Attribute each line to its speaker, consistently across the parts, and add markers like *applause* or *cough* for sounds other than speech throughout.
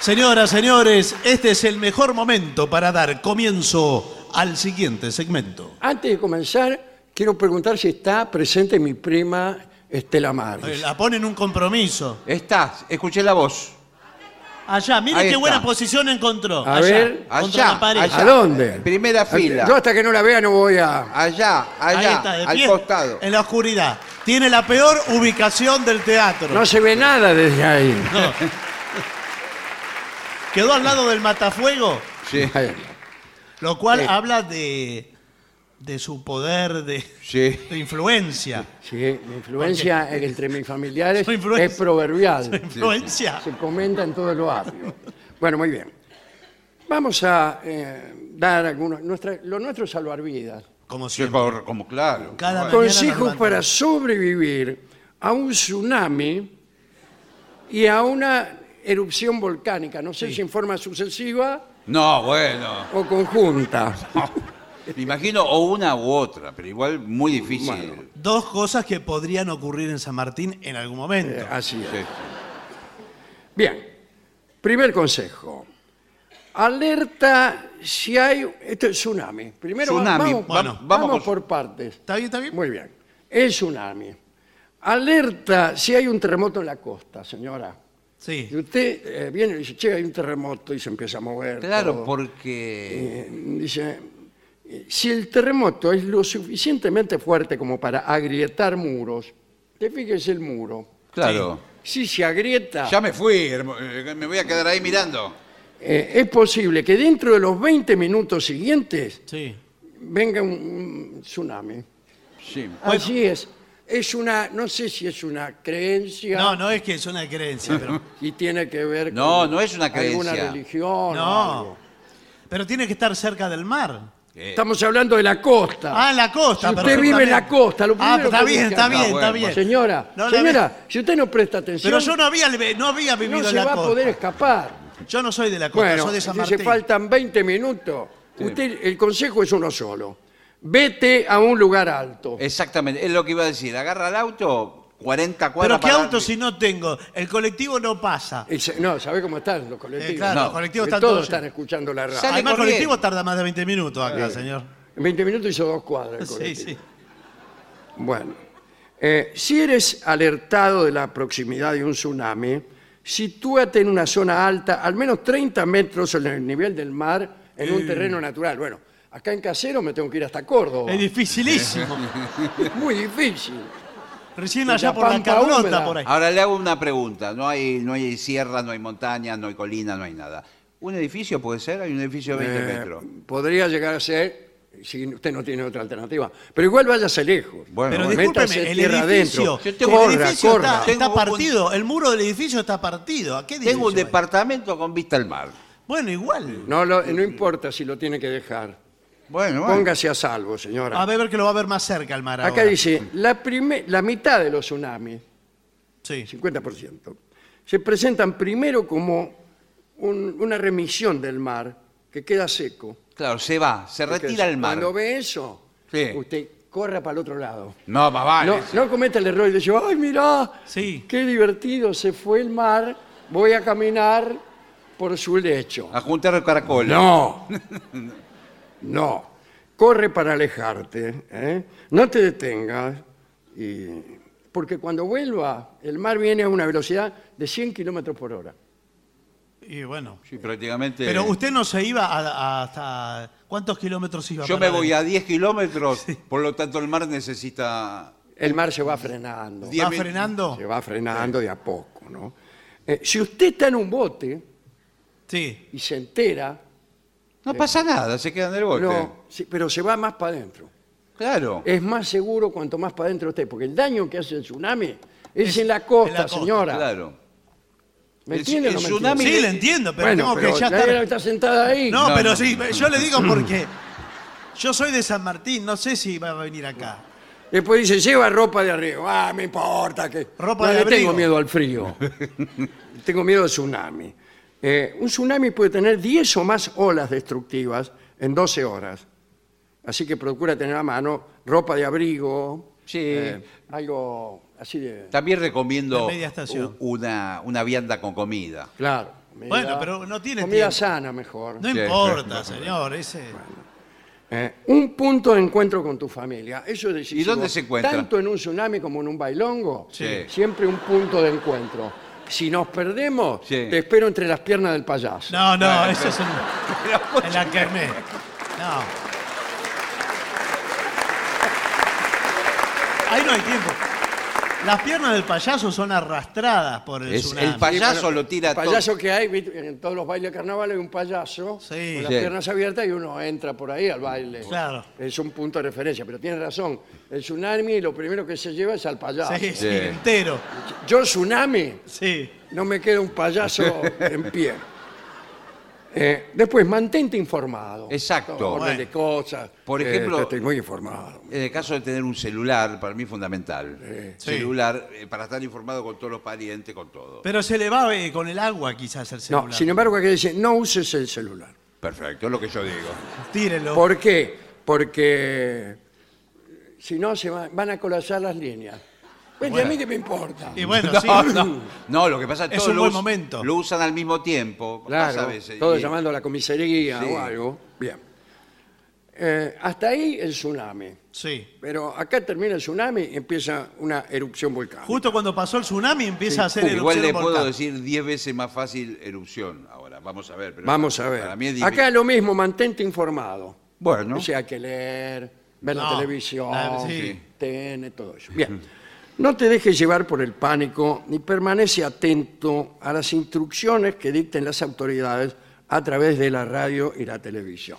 Speaker 1: Señoras, señores, este es el mejor momento para dar comienzo al siguiente segmento.
Speaker 2: Antes de comenzar, quiero preguntar si está presente mi prima Estela
Speaker 1: Eh,
Speaker 2: Maris.
Speaker 1: La ponen un compromiso.
Speaker 3: Estás, escuché la voz.
Speaker 1: Allá, mire
Speaker 3: Ahí
Speaker 1: qué
Speaker 3: está.
Speaker 1: buena posición encontró.
Speaker 2: A
Speaker 1: allá,
Speaker 2: ver.
Speaker 1: contra
Speaker 3: Allá,
Speaker 1: la pared.
Speaker 3: allá.
Speaker 2: ¿A dónde?
Speaker 3: Primera fila.
Speaker 2: Yo hasta que no la vea no voy a...
Speaker 3: Allá,
Speaker 1: Ahí
Speaker 3: allá,
Speaker 1: está, de
Speaker 3: al
Speaker 1: pie, Eh.
Speaker 3: costado.
Speaker 1: En la oscuridad. Tiene la peor ubicación del teatro.
Speaker 2: No se ve nada desde ahí. *laughs*
Speaker 1: No. Quedó al lado del matafuego,
Speaker 3: Sí,
Speaker 1: lo cual
Speaker 3: Sí.
Speaker 1: habla de, de su poder de,
Speaker 3: sí.
Speaker 1: de influencia.
Speaker 2: Sí, mi influencia entre
Speaker 1: *laughs*
Speaker 2: mis familiares
Speaker 1: Su influencia.
Speaker 2: es proverbial.
Speaker 1: Influencia.
Speaker 2: Se comenta en todo lo apio. Bueno, muy bien. Vamos a eh, dar algunos... nuestra- lo nuestro es salvar vidas.
Speaker 1: Como si
Speaker 3: Sí, como, como claro.
Speaker 1: Cada
Speaker 3: Bueno.
Speaker 1: vez.
Speaker 2: Consejos
Speaker 1: levantamos.
Speaker 2: para sobrevivir a un tsunami y a una erupción volcánica. No sé si en forma sucesiva
Speaker 3: No, bueno.
Speaker 2: o conjunta.
Speaker 3: Me imagino o una u otra, pero igual muy difícil.
Speaker 2: Bueno.
Speaker 1: Dos cosas que podrían ocurrir en San Martín en algún momento.
Speaker 2: Así es.
Speaker 3: Sí.
Speaker 2: Bien, primer consejo. Alerta si hay... Esto es tsunami. Primero va-
Speaker 3: Tsunami.
Speaker 2: vamos,
Speaker 1: Bueno,
Speaker 2: vamos
Speaker 3: vamos con-
Speaker 2: por partes.
Speaker 1: ¿Está bien, está bien?
Speaker 2: Muy bien. El tsunami. Alerta si hay un terremoto en la costa, señora. Y
Speaker 1: Sí.
Speaker 2: usted eh, viene y dice, che, hay un terremoto y se empieza a mover.
Speaker 3: Claro,
Speaker 2: todo.
Speaker 3: porque.
Speaker 2: Eh, dice, eh, si el terremoto es lo suficientemente fuerte como para agrietar muros, te fíjese el muro.
Speaker 3: Claro.
Speaker 2: Si se agrieta,
Speaker 3: Ya me fui, hermo- eh, me voy a quedar ahí mirando.
Speaker 2: eh, es posible que dentro de los 20 minutos siguientes
Speaker 1: Sí.
Speaker 2: venga un, un tsunami.
Speaker 3: Sí.
Speaker 2: Así es. Es una, no sé si es una creencia
Speaker 1: No, no es que es una creencia, pero,
Speaker 2: y tiene que ver
Speaker 3: No,
Speaker 2: con
Speaker 3: no es una
Speaker 2: alguna
Speaker 3: creencia.
Speaker 2: religión. o
Speaker 1: No.
Speaker 2: algo.
Speaker 1: pero tiene que estar cerca del mar.
Speaker 3: Eh,
Speaker 2: Estamos hablando de la costa.
Speaker 1: Ah, en la costa.
Speaker 2: Si usted
Speaker 1: perfectamente.
Speaker 2: vive en la costa, lo
Speaker 1: Ah,
Speaker 2: primero
Speaker 1: está
Speaker 2: que
Speaker 1: bien,
Speaker 2: busca-
Speaker 1: está bien,
Speaker 3: Ah,
Speaker 1: está
Speaker 3: bueno,
Speaker 1: bien.
Speaker 2: Señora,
Speaker 1: No, la
Speaker 2: señora, si usted no presta atención,
Speaker 1: Pero yo no había, no había
Speaker 2: no
Speaker 1: vivido
Speaker 2: se
Speaker 1: en la
Speaker 2: va
Speaker 1: costa.
Speaker 2: a poder escapar.
Speaker 1: Yo no soy de la costa,
Speaker 2: Bueno,
Speaker 1: soy de San
Speaker 2: dice,
Speaker 1: Martín.
Speaker 2: faltan 20 minutos. Usted, el consejo es uno solo. Vete a un lugar alto.
Speaker 1: Eh.
Speaker 3: Exactamente, es lo que iba a decir. Agarra el auto, 40 cuadras.
Speaker 1: Pero qué
Speaker 3: para-
Speaker 1: auto si no tengo. El colectivo no pasa.
Speaker 2: Y se- no, ¿sabe cómo están los colectivos?
Speaker 1: Eh, claro,
Speaker 3: No.
Speaker 1: los colectivos
Speaker 2: Porque
Speaker 1: están
Speaker 2: todos
Speaker 1: todos.
Speaker 2: están escuchando la radio.
Speaker 3: Sale
Speaker 1: Además, el
Speaker 3: corriendo.
Speaker 1: colectivo tarda más de 20 minutos acá, señor.
Speaker 2: En 20 minutos hizo dos cuadras. el
Speaker 1: Sí,
Speaker 2: colectivo.
Speaker 1: sí.
Speaker 2: Bueno, eh, si eres alertado de la proximidad de un tsunami, sitúate en una zona alta, al menos 30 metros sobre el nivel del mar, en
Speaker 1: Eh.
Speaker 2: un terreno natural. Bueno, acá en Casero me tengo que ir hasta Córdoba.
Speaker 1: Es
Speaker 2: *laughs*
Speaker 1: dificilísimo.
Speaker 2: Es muy difícil.
Speaker 1: Recién
Speaker 2: Y
Speaker 1: allá
Speaker 2: la
Speaker 1: por la
Speaker 2: pampa húmeda.
Speaker 1: Carlota, por ahí.
Speaker 3: Ahora le hago una pregunta. No hay, no hay sierra, no hay montaña, no hay colina, no hay nada. ¿Un edificio puede ser? Hay un edificio de 20
Speaker 2: Eh,
Speaker 3: metros.
Speaker 2: podría llegar a ser, si usted no tiene otra alternativa, pero igual váyase lejos.
Speaker 3: Bueno,
Speaker 1: Pero
Speaker 3: bueno.
Speaker 1: discúlpeme,
Speaker 2: métase
Speaker 1: el
Speaker 2: tierra
Speaker 1: edificio,
Speaker 2: adentro.
Speaker 3: Yo
Speaker 1: el
Speaker 3: tengo-
Speaker 1: edificio
Speaker 2: Corra,
Speaker 1: está,
Speaker 2: corra.
Speaker 1: está
Speaker 3: Tengo un-
Speaker 1: partido, el muro del edificio está partido. ¿A qué
Speaker 3: Tengo un
Speaker 1: edificio hay?
Speaker 3: departamento con vista al mar.
Speaker 1: Bueno, igual.
Speaker 2: No, lo- no importa si lo tiene que dejar.
Speaker 3: Bueno, bueno.
Speaker 2: Póngase a salvo, señora.
Speaker 1: A ver que lo va a ver más cerca el mar
Speaker 2: Acá
Speaker 1: ahora.
Speaker 2: dice, la, prime- la mitad de los tsunamis,
Speaker 1: Sí.
Speaker 2: 50%, se presentan primero como un- una remisión del mar que queda seco.
Speaker 3: Claro, se va, se retira al mar.
Speaker 2: Cuando ve eso,
Speaker 3: Sí.
Speaker 2: usted corra para el otro lado.
Speaker 3: No, más vale.
Speaker 2: No, no cometa el error de decir, ay, mirá,
Speaker 1: Sí.
Speaker 2: qué divertido, se fue el mar, voy a caminar por su lecho.
Speaker 3: A juntar el caracol.
Speaker 2: No, *laughs* no, corre para alejarte, ¿eh? no te detengas, y- porque cuando vuelva, el mar viene a una velocidad de 100 kilómetros por hora.
Speaker 1: Y bueno.
Speaker 3: Sí, prácticamente.
Speaker 1: Pero usted no se iba a- a- hasta. ¿Cuántos kilómetros iba?
Speaker 3: Yo me
Speaker 1: para
Speaker 3: voy
Speaker 1: adentro?
Speaker 3: a 10 kilómetros, por lo tanto el mar necesita.
Speaker 2: El mar se va frenando,
Speaker 3: Diez
Speaker 1: ¿Va
Speaker 3: mil-
Speaker 1: frenando?
Speaker 2: se va frenando de a poco. ¿no? Eh, si usted está en un bote
Speaker 1: Sí.
Speaker 2: y se entera,
Speaker 3: No pasa nada, se queda en el bote.
Speaker 2: no, sí, pero se va más para adentro.
Speaker 3: Claro.
Speaker 2: es más seguro cuanto más para adentro esté, porque el daño que hace el tsunami es,
Speaker 1: Es
Speaker 2: en la costa,
Speaker 1: en la costa,
Speaker 2: señora.
Speaker 3: Claro.
Speaker 2: ¿Me
Speaker 3: El-
Speaker 2: entiende o
Speaker 3: el
Speaker 2: no me
Speaker 3: tsunami-
Speaker 2: entiende?
Speaker 1: Sí, le entiendo, pero
Speaker 2: bueno,
Speaker 1: tengo que
Speaker 2: pero
Speaker 1: ya
Speaker 2: la
Speaker 1: estar.
Speaker 2: era está sentada ahí.
Speaker 1: No,
Speaker 3: No,
Speaker 1: pero
Speaker 3: no.
Speaker 1: sí, yo le digo porque yo soy de San Martín, no sé si va a venir acá.
Speaker 2: Después dice, lleva ropa de arriba. Ah, me importa que...
Speaker 1: Ropa
Speaker 2: no
Speaker 1: de
Speaker 2: le tengo
Speaker 1: abrigo.
Speaker 2: miedo al
Speaker 1: *laughs*
Speaker 2: frío. tengo miedo al tsunami. Eh, un tsunami puede tener 10 o más olas destructivas en 12 horas. Así que procura tener a mano ropa de abrigo,
Speaker 3: Sí.
Speaker 2: eh, algo así de...
Speaker 3: También recomiendo
Speaker 1: La media estación.
Speaker 3: *laughs* u- una, una vianda con comida.
Speaker 2: Claro. comida.
Speaker 1: Bueno, pero no tiene
Speaker 2: Comida
Speaker 1: tiempo.
Speaker 2: sana mejor.
Speaker 1: No
Speaker 3: Sí,
Speaker 1: importa, señor. Ese...
Speaker 2: Eh, un punto de encuentro con tu familia. Eso es decisivo.
Speaker 3: ¿Y dónde se encuentra?
Speaker 2: Tanto en un tsunami como en un bailongo.
Speaker 3: Sí.
Speaker 2: Siempre un punto de encuentro. Si nos perdemos,
Speaker 3: Sí.
Speaker 2: te espero entre las piernas del payaso.
Speaker 1: No, no,
Speaker 3: Bueno,
Speaker 1: eso es un... en la que me... No. Ahí no hay tiempo. Las piernas del payaso son arrastradas por el
Speaker 3: Es
Speaker 1: tsunami.
Speaker 3: el pay- payaso lo tira
Speaker 2: El payaso que hay, ¿viste? en todos los bailes de carnaval hay un payaso
Speaker 1: Sí.
Speaker 2: con las
Speaker 3: Sí.
Speaker 2: piernas abiertas y uno entra por ahí al baile.
Speaker 1: Claro.
Speaker 2: Es un punto de referencia, pero tiene razón. El tsunami lo primero que se lleva es al payaso.
Speaker 1: Sí, sí,
Speaker 3: Sí.
Speaker 1: entero.
Speaker 2: Yo tsunami,
Speaker 1: Sí.
Speaker 2: no me queda un
Speaker 3: *laughs*
Speaker 2: payaso en pie. Eh, después, mantente informado.
Speaker 3: Exacto.
Speaker 2: Orden
Speaker 1: Bueno.
Speaker 2: de cosas.
Speaker 3: Por
Speaker 2: Eh,
Speaker 3: ejemplo-
Speaker 2: yo estoy muy informado.
Speaker 3: En el caso de tener un celular, para mí es fundamental.
Speaker 1: Sí.
Speaker 3: Celular, eh, para estar informado con todos los parientes, con todo.
Speaker 1: Pero se le va eh, con el agua quizás el celular.
Speaker 2: No, sin embargo, aquí dice, no uses el celular.
Speaker 3: Perfecto, es lo que yo digo.
Speaker 1: Tírelo.
Speaker 2: ¿Por qué? Porque si no, se va- van a colapsar las líneas. Pues, ¿y a mí qué me importa?
Speaker 1: Y bueno, sí.
Speaker 3: *laughs* No, no, no, lo que pasa es que
Speaker 1: Es
Speaker 3: todos
Speaker 1: un
Speaker 3: lo
Speaker 1: buen
Speaker 3: us-
Speaker 1: momento.
Speaker 3: Lo usan al mismo tiempo. pasa a
Speaker 2: Claro,
Speaker 3: veces,
Speaker 2: todos
Speaker 3: y-
Speaker 2: llamando a la comisaría
Speaker 3: Sí.
Speaker 2: o algo. Bien. Eh, hasta ahí el tsunami.
Speaker 1: Sí.
Speaker 2: Pero acá termina el tsunami y empieza una erupción volcánica.
Speaker 1: Justo cuando pasó el tsunami empieza a hacer erupción
Speaker 3: Igual le
Speaker 1: un volcán.
Speaker 3: puedo decir 10 veces más fácil erupción ahora. Vamos a ver. pero
Speaker 2: Vamos
Speaker 3: para-
Speaker 2: a ver.
Speaker 3: Para mí es difícil.
Speaker 2: Acá lo mismo, mantente informado.
Speaker 3: Bueno,
Speaker 2: O sea, hay que leer, ver la
Speaker 1: No,
Speaker 2: televisión,
Speaker 1: la- sí.
Speaker 2: TN, todo eso. Bien. No te dejes llevar por el pánico ni permanece atento a las instrucciones que dicten las autoridades a través de la radio y la televisión.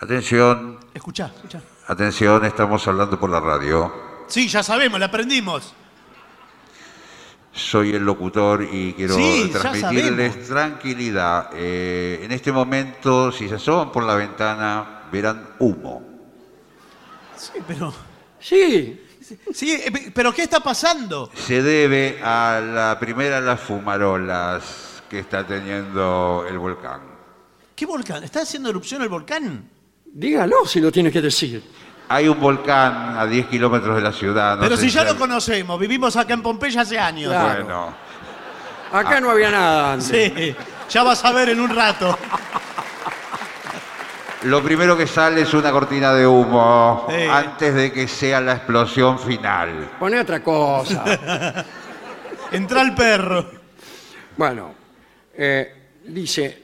Speaker 4: Atención,
Speaker 1: Escuchá, escuchá.
Speaker 4: atención, estamos hablando por la radio.
Speaker 1: Sí, ya sabemos, la aprendimos.
Speaker 4: Soy el locutor y quiero
Speaker 1: Sí, ya
Speaker 4: transmitirles
Speaker 1: sabemos.
Speaker 4: tranquilidad. Eh, en este momento, si se asoman por la ventana, verán humo.
Speaker 1: Sí, pero...
Speaker 2: Sí,
Speaker 1: Sí, eh, pe- pero ¿qué está pasando?
Speaker 4: Se debe a la primera de las fumarolas que está teniendo el volcán.
Speaker 1: ¿Qué volcán? ¿Está haciendo erupción el volcán?
Speaker 2: dígalo si lo tienes que decir.
Speaker 4: Hay un volcán a 10 kilómetros de la
Speaker 3: Ah,
Speaker 4: ciudad. no
Speaker 1: Pero
Speaker 4: sé
Speaker 1: si ya
Speaker 4: hay-
Speaker 1: lo conocemos, vivimos acá en Pompeya hace años.
Speaker 2: Claro.
Speaker 4: Bueno,
Speaker 2: Acá no había
Speaker 3: Ah.
Speaker 2: nada antes.
Speaker 1: Sí, ya vas a ver en un rato.
Speaker 4: lo primero que sale es una cortina de humo
Speaker 1: Sí.
Speaker 4: antes de que sea la explosión final.
Speaker 2: Poné otra cosa.
Speaker 3: *laughs*
Speaker 1: Entra el perro.
Speaker 2: Bueno, eh, dice,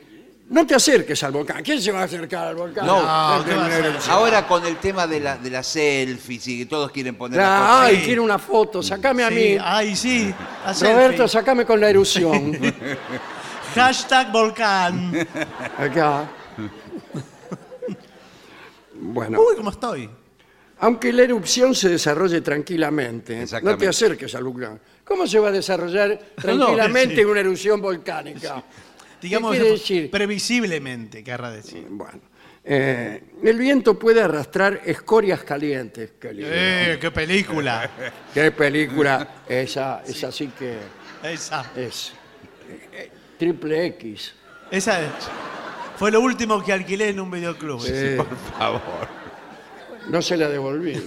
Speaker 2: no te acerques al volcán. ¿Quién se va a acercar al volcán?
Speaker 3: No,
Speaker 1: No, ¿qué va a
Speaker 2: una
Speaker 1: hacer?
Speaker 2: erupción.
Speaker 3: ahora con el tema de, la- de las selfies y que todos quieren poner
Speaker 2: Ya,
Speaker 3: las fotos.
Speaker 2: ay,
Speaker 1: sí.
Speaker 2: quiero una foto, sacame a
Speaker 1: Sí,
Speaker 2: mí.
Speaker 1: ay, sí. a
Speaker 2: Roberto,
Speaker 1: selfie.
Speaker 2: sacame con la erupción.
Speaker 1: Hashtag volcán.
Speaker 2: Acá. Bueno,
Speaker 1: Uy, ¿cómo estoy?
Speaker 2: aunque la erupción se desarrolle tranquilamente, no
Speaker 3: Exactamente.
Speaker 2: te acerques al volcán. ¿Cómo se va a desarrollar tranquilamente una erupción volcánica?
Speaker 1: Digamos,
Speaker 2: quiere decir?
Speaker 1: previsiblemente, querrá decir.
Speaker 2: Bueno, eh, el viento puede arrastrar escorias calientes. Qué, lindo.
Speaker 1: ¡Eh, qué película!
Speaker 2: Qué película esa, esa sí que
Speaker 1: Esa.
Speaker 2: es eh, eh, triple X.
Speaker 1: Esa es- fue lo último que alquilé en un videoclub.
Speaker 2: Eh,
Speaker 3: Por favor.
Speaker 2: No se la devolví.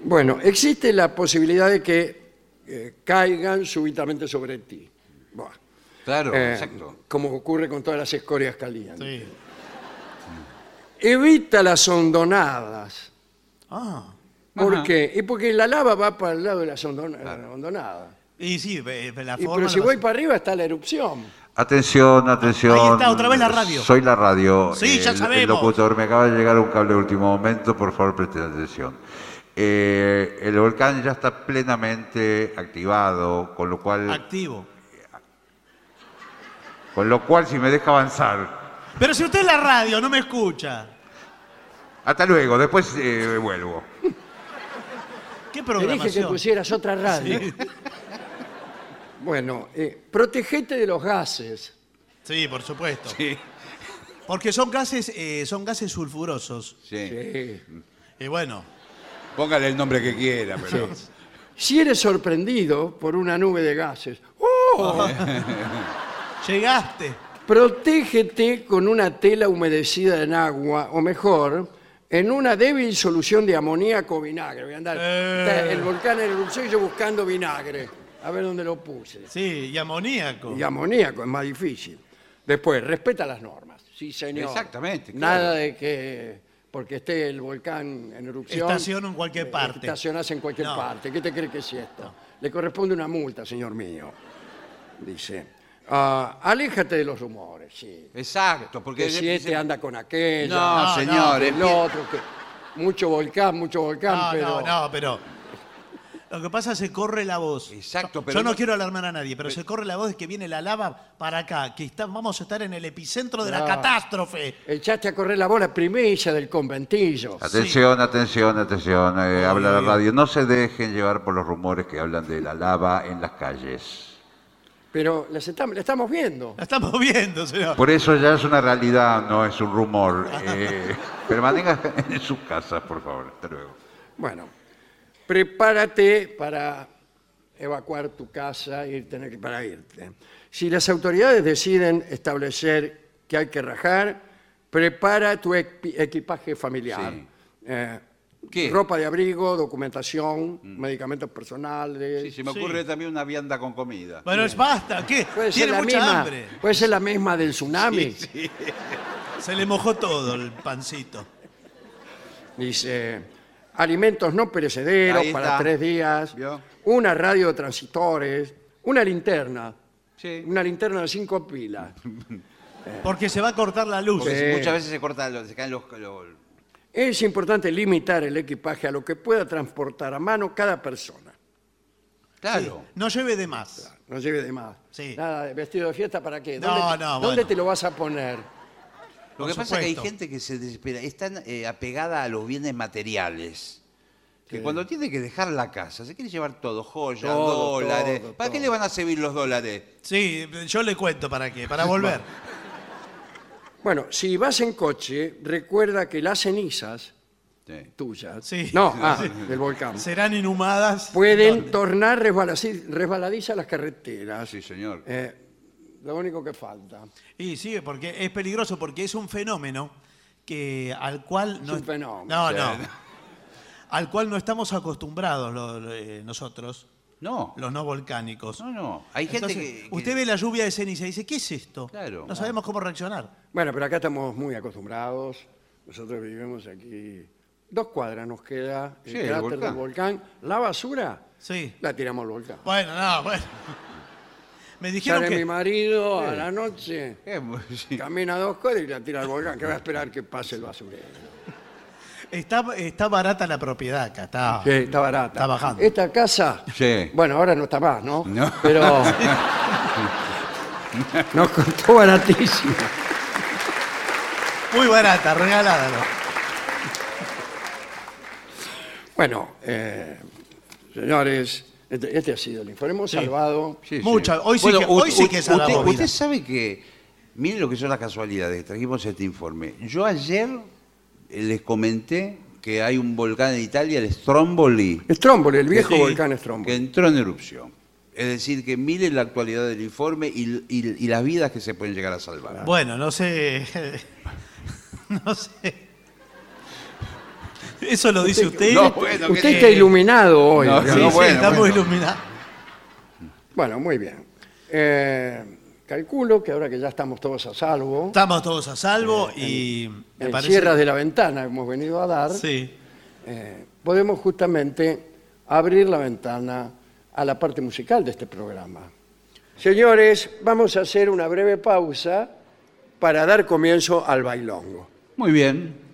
Speaker 2: Bueno, existe la posibilidad de que eh, caigan súbitamente sobre ti. Buah.
Speaker 3: Claro,
Speaker 2: Eh,
Speaker 3: exacto.
Speaker 2: Como ocurre con todas las escorias calientes.
Speaker 1: Sí.
Speaker 2: Evita las hondonadas.
Speaker 1: Ah.
Speaker 2: ¿Por
Speaker 3: Ajá.
Speaker 2: qué? Y porque la lava va para el lado de las hondona- hondonadas.
Speaker 1: Y sí, eh, la
Speaker 2: Y,
Speaker 1: forma...
Speaker 2: pero si
Speaker 1: la-
Speaker 2: voy para arriba está la erupción.
Speaker 4: Atención, atención.
Speaker 1: Ahí está, otra vez la radio.
Speaker 4: Soy la radio.
Speaker 1: Sí, ya
Speaker 4: el,
Speaker 1: sabemos.
Speaker 4: El locutor, me acaba de llegar un cable de último momento, por favor presten atención. Eh, el volcán ya está plenamente activado, con lo cual,
Speaker 1: Activo.
Speaker 4: con lo cual si me deja avanzar.
Speaker 1: Pero si usted es la radio, no me escucha.
Speaker 4: Hasta luego, después eh, vuelvo.
Speaker 1: ¿Qué
Speaker 2: Te dije que
Speaker 1: programación?
Speaker 2: pusieras otra radio. Bueno, eh, protegete de los gases.
Speaker 1: Sí, por supuesto. Porque son gases, eh, son gases sulfurosos.
Speaker 3: Sí.
Speaker 2: Sí.
Speaker 1: Y bueno,
Speaker 3: Póngale el nombre que quiera, pero.
Speaker 2: Si eres sorprendido por una nube de gases, ¡oh!
Speaker 1: llegaste.
Speaker 2: protégete con una tela humedecida en agua, o mejor, en una débil solución de amoníaco o vinagre. Voy a andar.
Speaker 1: Eh.
Speaker 2: está El volcán en erupción y yo buscando vinagre. a ver dónde lo puse.
Speaker 1: Sí, y amoníaco.
Speaker 2: Y amoníaco, es más difícil. Después, respeta las normas. Sí, señor.
Speaker 3: Exactamente, claro.
Speaker 2: Nada de que porque esté el volcán en erupción.
Speaker 1: Estaciono en cualquier
Speaker 2: eh,
Speaker 1: parte.
Speaker 2: Estacionás en cualquier
Speaker 1: No.
Speaker 2: parte. ¿Qué te cree que es esto? Le corresponde una multa, señor mío. Dice. "Ah, aléjate de los rumores, sí.
Speaker 3: Exacto, porque...
Speaker 2: Que si este anda con aquella.
Speaker 3: No,
Speaker 1: No,
Speaker 3: señor.
Speaker 1: no,
Speaker 3: es
Speaker 2: el otro, que mucho volcán, mucho volcán,
Speaker 1: no,
Speaker 2: pero
Speaker 1: no, no, pero. Lo que pasa es que se corre la voz.
Speaker 3: Exacto,
Speaker 1: Yo-
Speaker 3: pero
Speaker 1: Yo no,
Speaker 3: no-
Speaker 1: quiero alarmar a nadie, pero se corre la voz de que viene la lava para acá, que está- vamos a estar en el epicentro de la
Speaker 2: Claro.
Speaker 1: catástrofe.
Speaker 2: echaste a correr la bola primicia del conventillo.
Speaker 4: Atención, atención, atención, eh, habla la radio. No se dejen llevar por los rumores que hablan de la lava en las calles.
Speaker 2: Pero las estamos, la estamos viendo.
Speaker 1: La estamos viendo, señor.
Speaker 2: Pues,
Speaker 4: Por eso ya es una realidad, no es un rumor.
Speaker 3: *laughs*
Speaker 4: Eh, permanezcan en sus casas, por favor. Hasta luego.
Speaker 2: Bueno, prepárate para evacuar tu casa y tener que para irte. Si las autoridades deciden establecer que hay que rajar, prepara tu equi- equipaje familiar.
Speaker 3: Sí.
Speaker 2: Eh,
Speaker 3: ¿Qué?
Speaker 2: Ropa de abrigo, documentación, medicamentos personales.
Speaker 3: Sí, se me
Speaker 1: Sí.
Speaker 3: ocurre también una vianda con comida.
Speaker 1: Bueno, es basta, ¿qué?
Speaker 2: Puede ser,
Speaker 1: Tiene
Speaker 2: la
Speaker 1: mucha
Speaker 2: misma,
Speaker 1: hambre.
Speaker 2: puede ser la misma del tsunami.
Speaker 1: Se le mojó todo el pancito.
Speaker 2: Dice, alimentos no perecederos
Speaker 3: Ahí
Speaker 2: para
Speaker 3: está.
Speaker 2: tres días,
Speaker 3: ¿Vio?
Speaker 2: una radio de transitores, una linterna,
Speaker 3: Sí.
Speaker 2: una linterna de cinco pilas.
Speaker 1: Porque se va a cortar la luz.
Speaker 3: Porque
Speaker 2: Sí.
Speaker 3: se- muchas veces se cortan los, se caen los, los-
Speaker 2: Es importante limitar el equipaje a lo que pueda transportar a mano cada persona.
Speaker 3: Claro.
Speaker 1: No lleve de más.
Speaker 2: No lleve de más.
Speaker 1: Sí.
Speaker 2: Nada, de vestido de fiesta para qué.
Speaker 1: No,
Speaker 2: ¿Dónde,
Speaker 1: no,
Speaker 2: ¿dónde
Speaker 1: bueno.
Speaker 2: te lo vas a poner?
Speaker 3: Lo
Speaker 1: Por
Speaker 3: que pasa es que hay
Speaker 1: supuesto.
Speaker 3: gente que se desespera, es tan eh, apegada a los bienes materiales. Que cuando tiene que dejar la casa, se quiere llevar todo, joyas,
Speaker 2: Todo,
Speaker 3: dólares.
Speaker 2: todo,
Speaker 3: ¿Para qué
Speaker 2: todo.
Speaker 3: le van a servir los dólares?
Speaker 1: Sí, yo le cuento para qué, para
Speaker 2: *laughs*
Speaker 1: volver.
Speaker 2: Bueno, si vas en coche, recuerda que las cenizas
Speaker 3: Sí.
Speaker 1: *laughs*
Speaker 2: tuyas,
Speaker 1: Sí.
Speaker 2: no, ah, del volcán,
Speaker 1: Serán inhumadas.
Speaker 2: pueden
Speaker 1: ¿Dónde?
Speaker 2: tornar resbaladiz- resbaladizas las carreteras.
Speaker 3: Sí, señor.
Speaker 2: Eh, lo único que falta.
Speaker 1: Y sí, porque es peligroso, porque es un fenómeno que al cual no
Speaker 2: un
Speaker 1: No,
Speaker 2: fenómeno.
Speaker 3: Sí.
Speaker 1: no. Al cual no estamos acostumbrados lo- lo- eh, nosotros,
Speaker 3: No,
Speaker 1: los no volcánicos.
Speaker 3: no, no. Hay gente
Speaker 1: Entonces,
Speaker 3: que, que-
Speaker 1: usted ve la lluvia de ceniza y dice, ¿qué es esto?
Speaker 3: Claro.
Speaker 1: no sabemos cómo reaccionar.
Speaker 2: Bueno, pero acá estamos muy acostumbrados. Nosotros vivimos aquí. Dos cuadras nos queda el
Speaker 3: Sí, el
Speaker 2: cráter del
Speaker 3: volcán.
Speaker 2: volcán. La basura *laughs*
Speaker 1: Sí.
Speaker 2: la tiramos al volcán.
Speaker 1: Bueno, no, bueno. Me dijeron
Speaker 2: Sale mi
Speaker 1: que...
Speaker 2: marido a la noche,
Speaker 3: Eh, *laughs* bueno, sí.
Speaker 2: camina dos cuadras y la tira al volcán. que va a esperar que pase el basurero?
Speaker 1: Está, está barata la propiedad acá, está.
Speaker 3: Ah.
Speaker 2: Sí, está barata.
Speaker 1: Está bajando.
Speaker 2: Esta casa,
Speaker 3: Sí.
Speaker 2: bueno, ahora no está más, ¿no?
Speaker 3: No. *laughs*
Speaker 2: Pero nos costó baratísimo.
Speaker 1: Muy barata, regalada. ¿no?
Speaker 2: Bueno, eh, señores, este, este ha sido el informe. Hemos salvado
Speaker 3: Sí, sí.
Speaker 1: Mucha- hoy sí que- hoy sí que es a la
Speaker 3: usted,
Speaker 1: bobina.
Speaker 3: usted sabe que, miren lo que son las casualidades, trajimos este informe. Yo ayer eh, les comenté que hay un volcán en Italia, el Stromboli,
Speaker 2: Stromboli, el viejo
Speaker 1: Sí.
Speaker 2: volcán
Speaker 3: que
Speaker 2: Stromboli.
Speaker 3: entró en erupción. Es decir, que miren la actualidad del informe y, y- y las vidas que se pueden llegar a salvar.
Speaker 1: Bueno, no sé. *laughs* no sé. Eso lo dice usted.
Speaker 3: No, bueno, que-
Speaker 2: Usted está
Speaker 1: eh,
Speaker 2: iluminado hoy.
Speaker 3: no,
Speaker 1: Sí,
Speaker 2: ¿verdad?
Speaker 1: sí,
Speaker 3: no, bueno,
Speaker 1: estamos
Speaker 3: bueno.
Speaker 1: iluminados.
Speaker 2: Bueno, muy bien. Eh, calculo que ahora que ya estamos todos a salvo,
Speaker 1: Estamos todos a
Speaker 3: Eh,
Speaker 1: salvo y me
Speaker 2: en
Speaker 1: parece.
Speaker 2: Sierras de la Ventana hemos venido a dar,
Speaker 1: Sí.
Speaker 2: eh, podemos justamente abrir la ventana a la parte musical de este programa. Señores, vamos a hacer una breve pausa para dar comienzo al bailongo.
Speaker 3: Muy bien.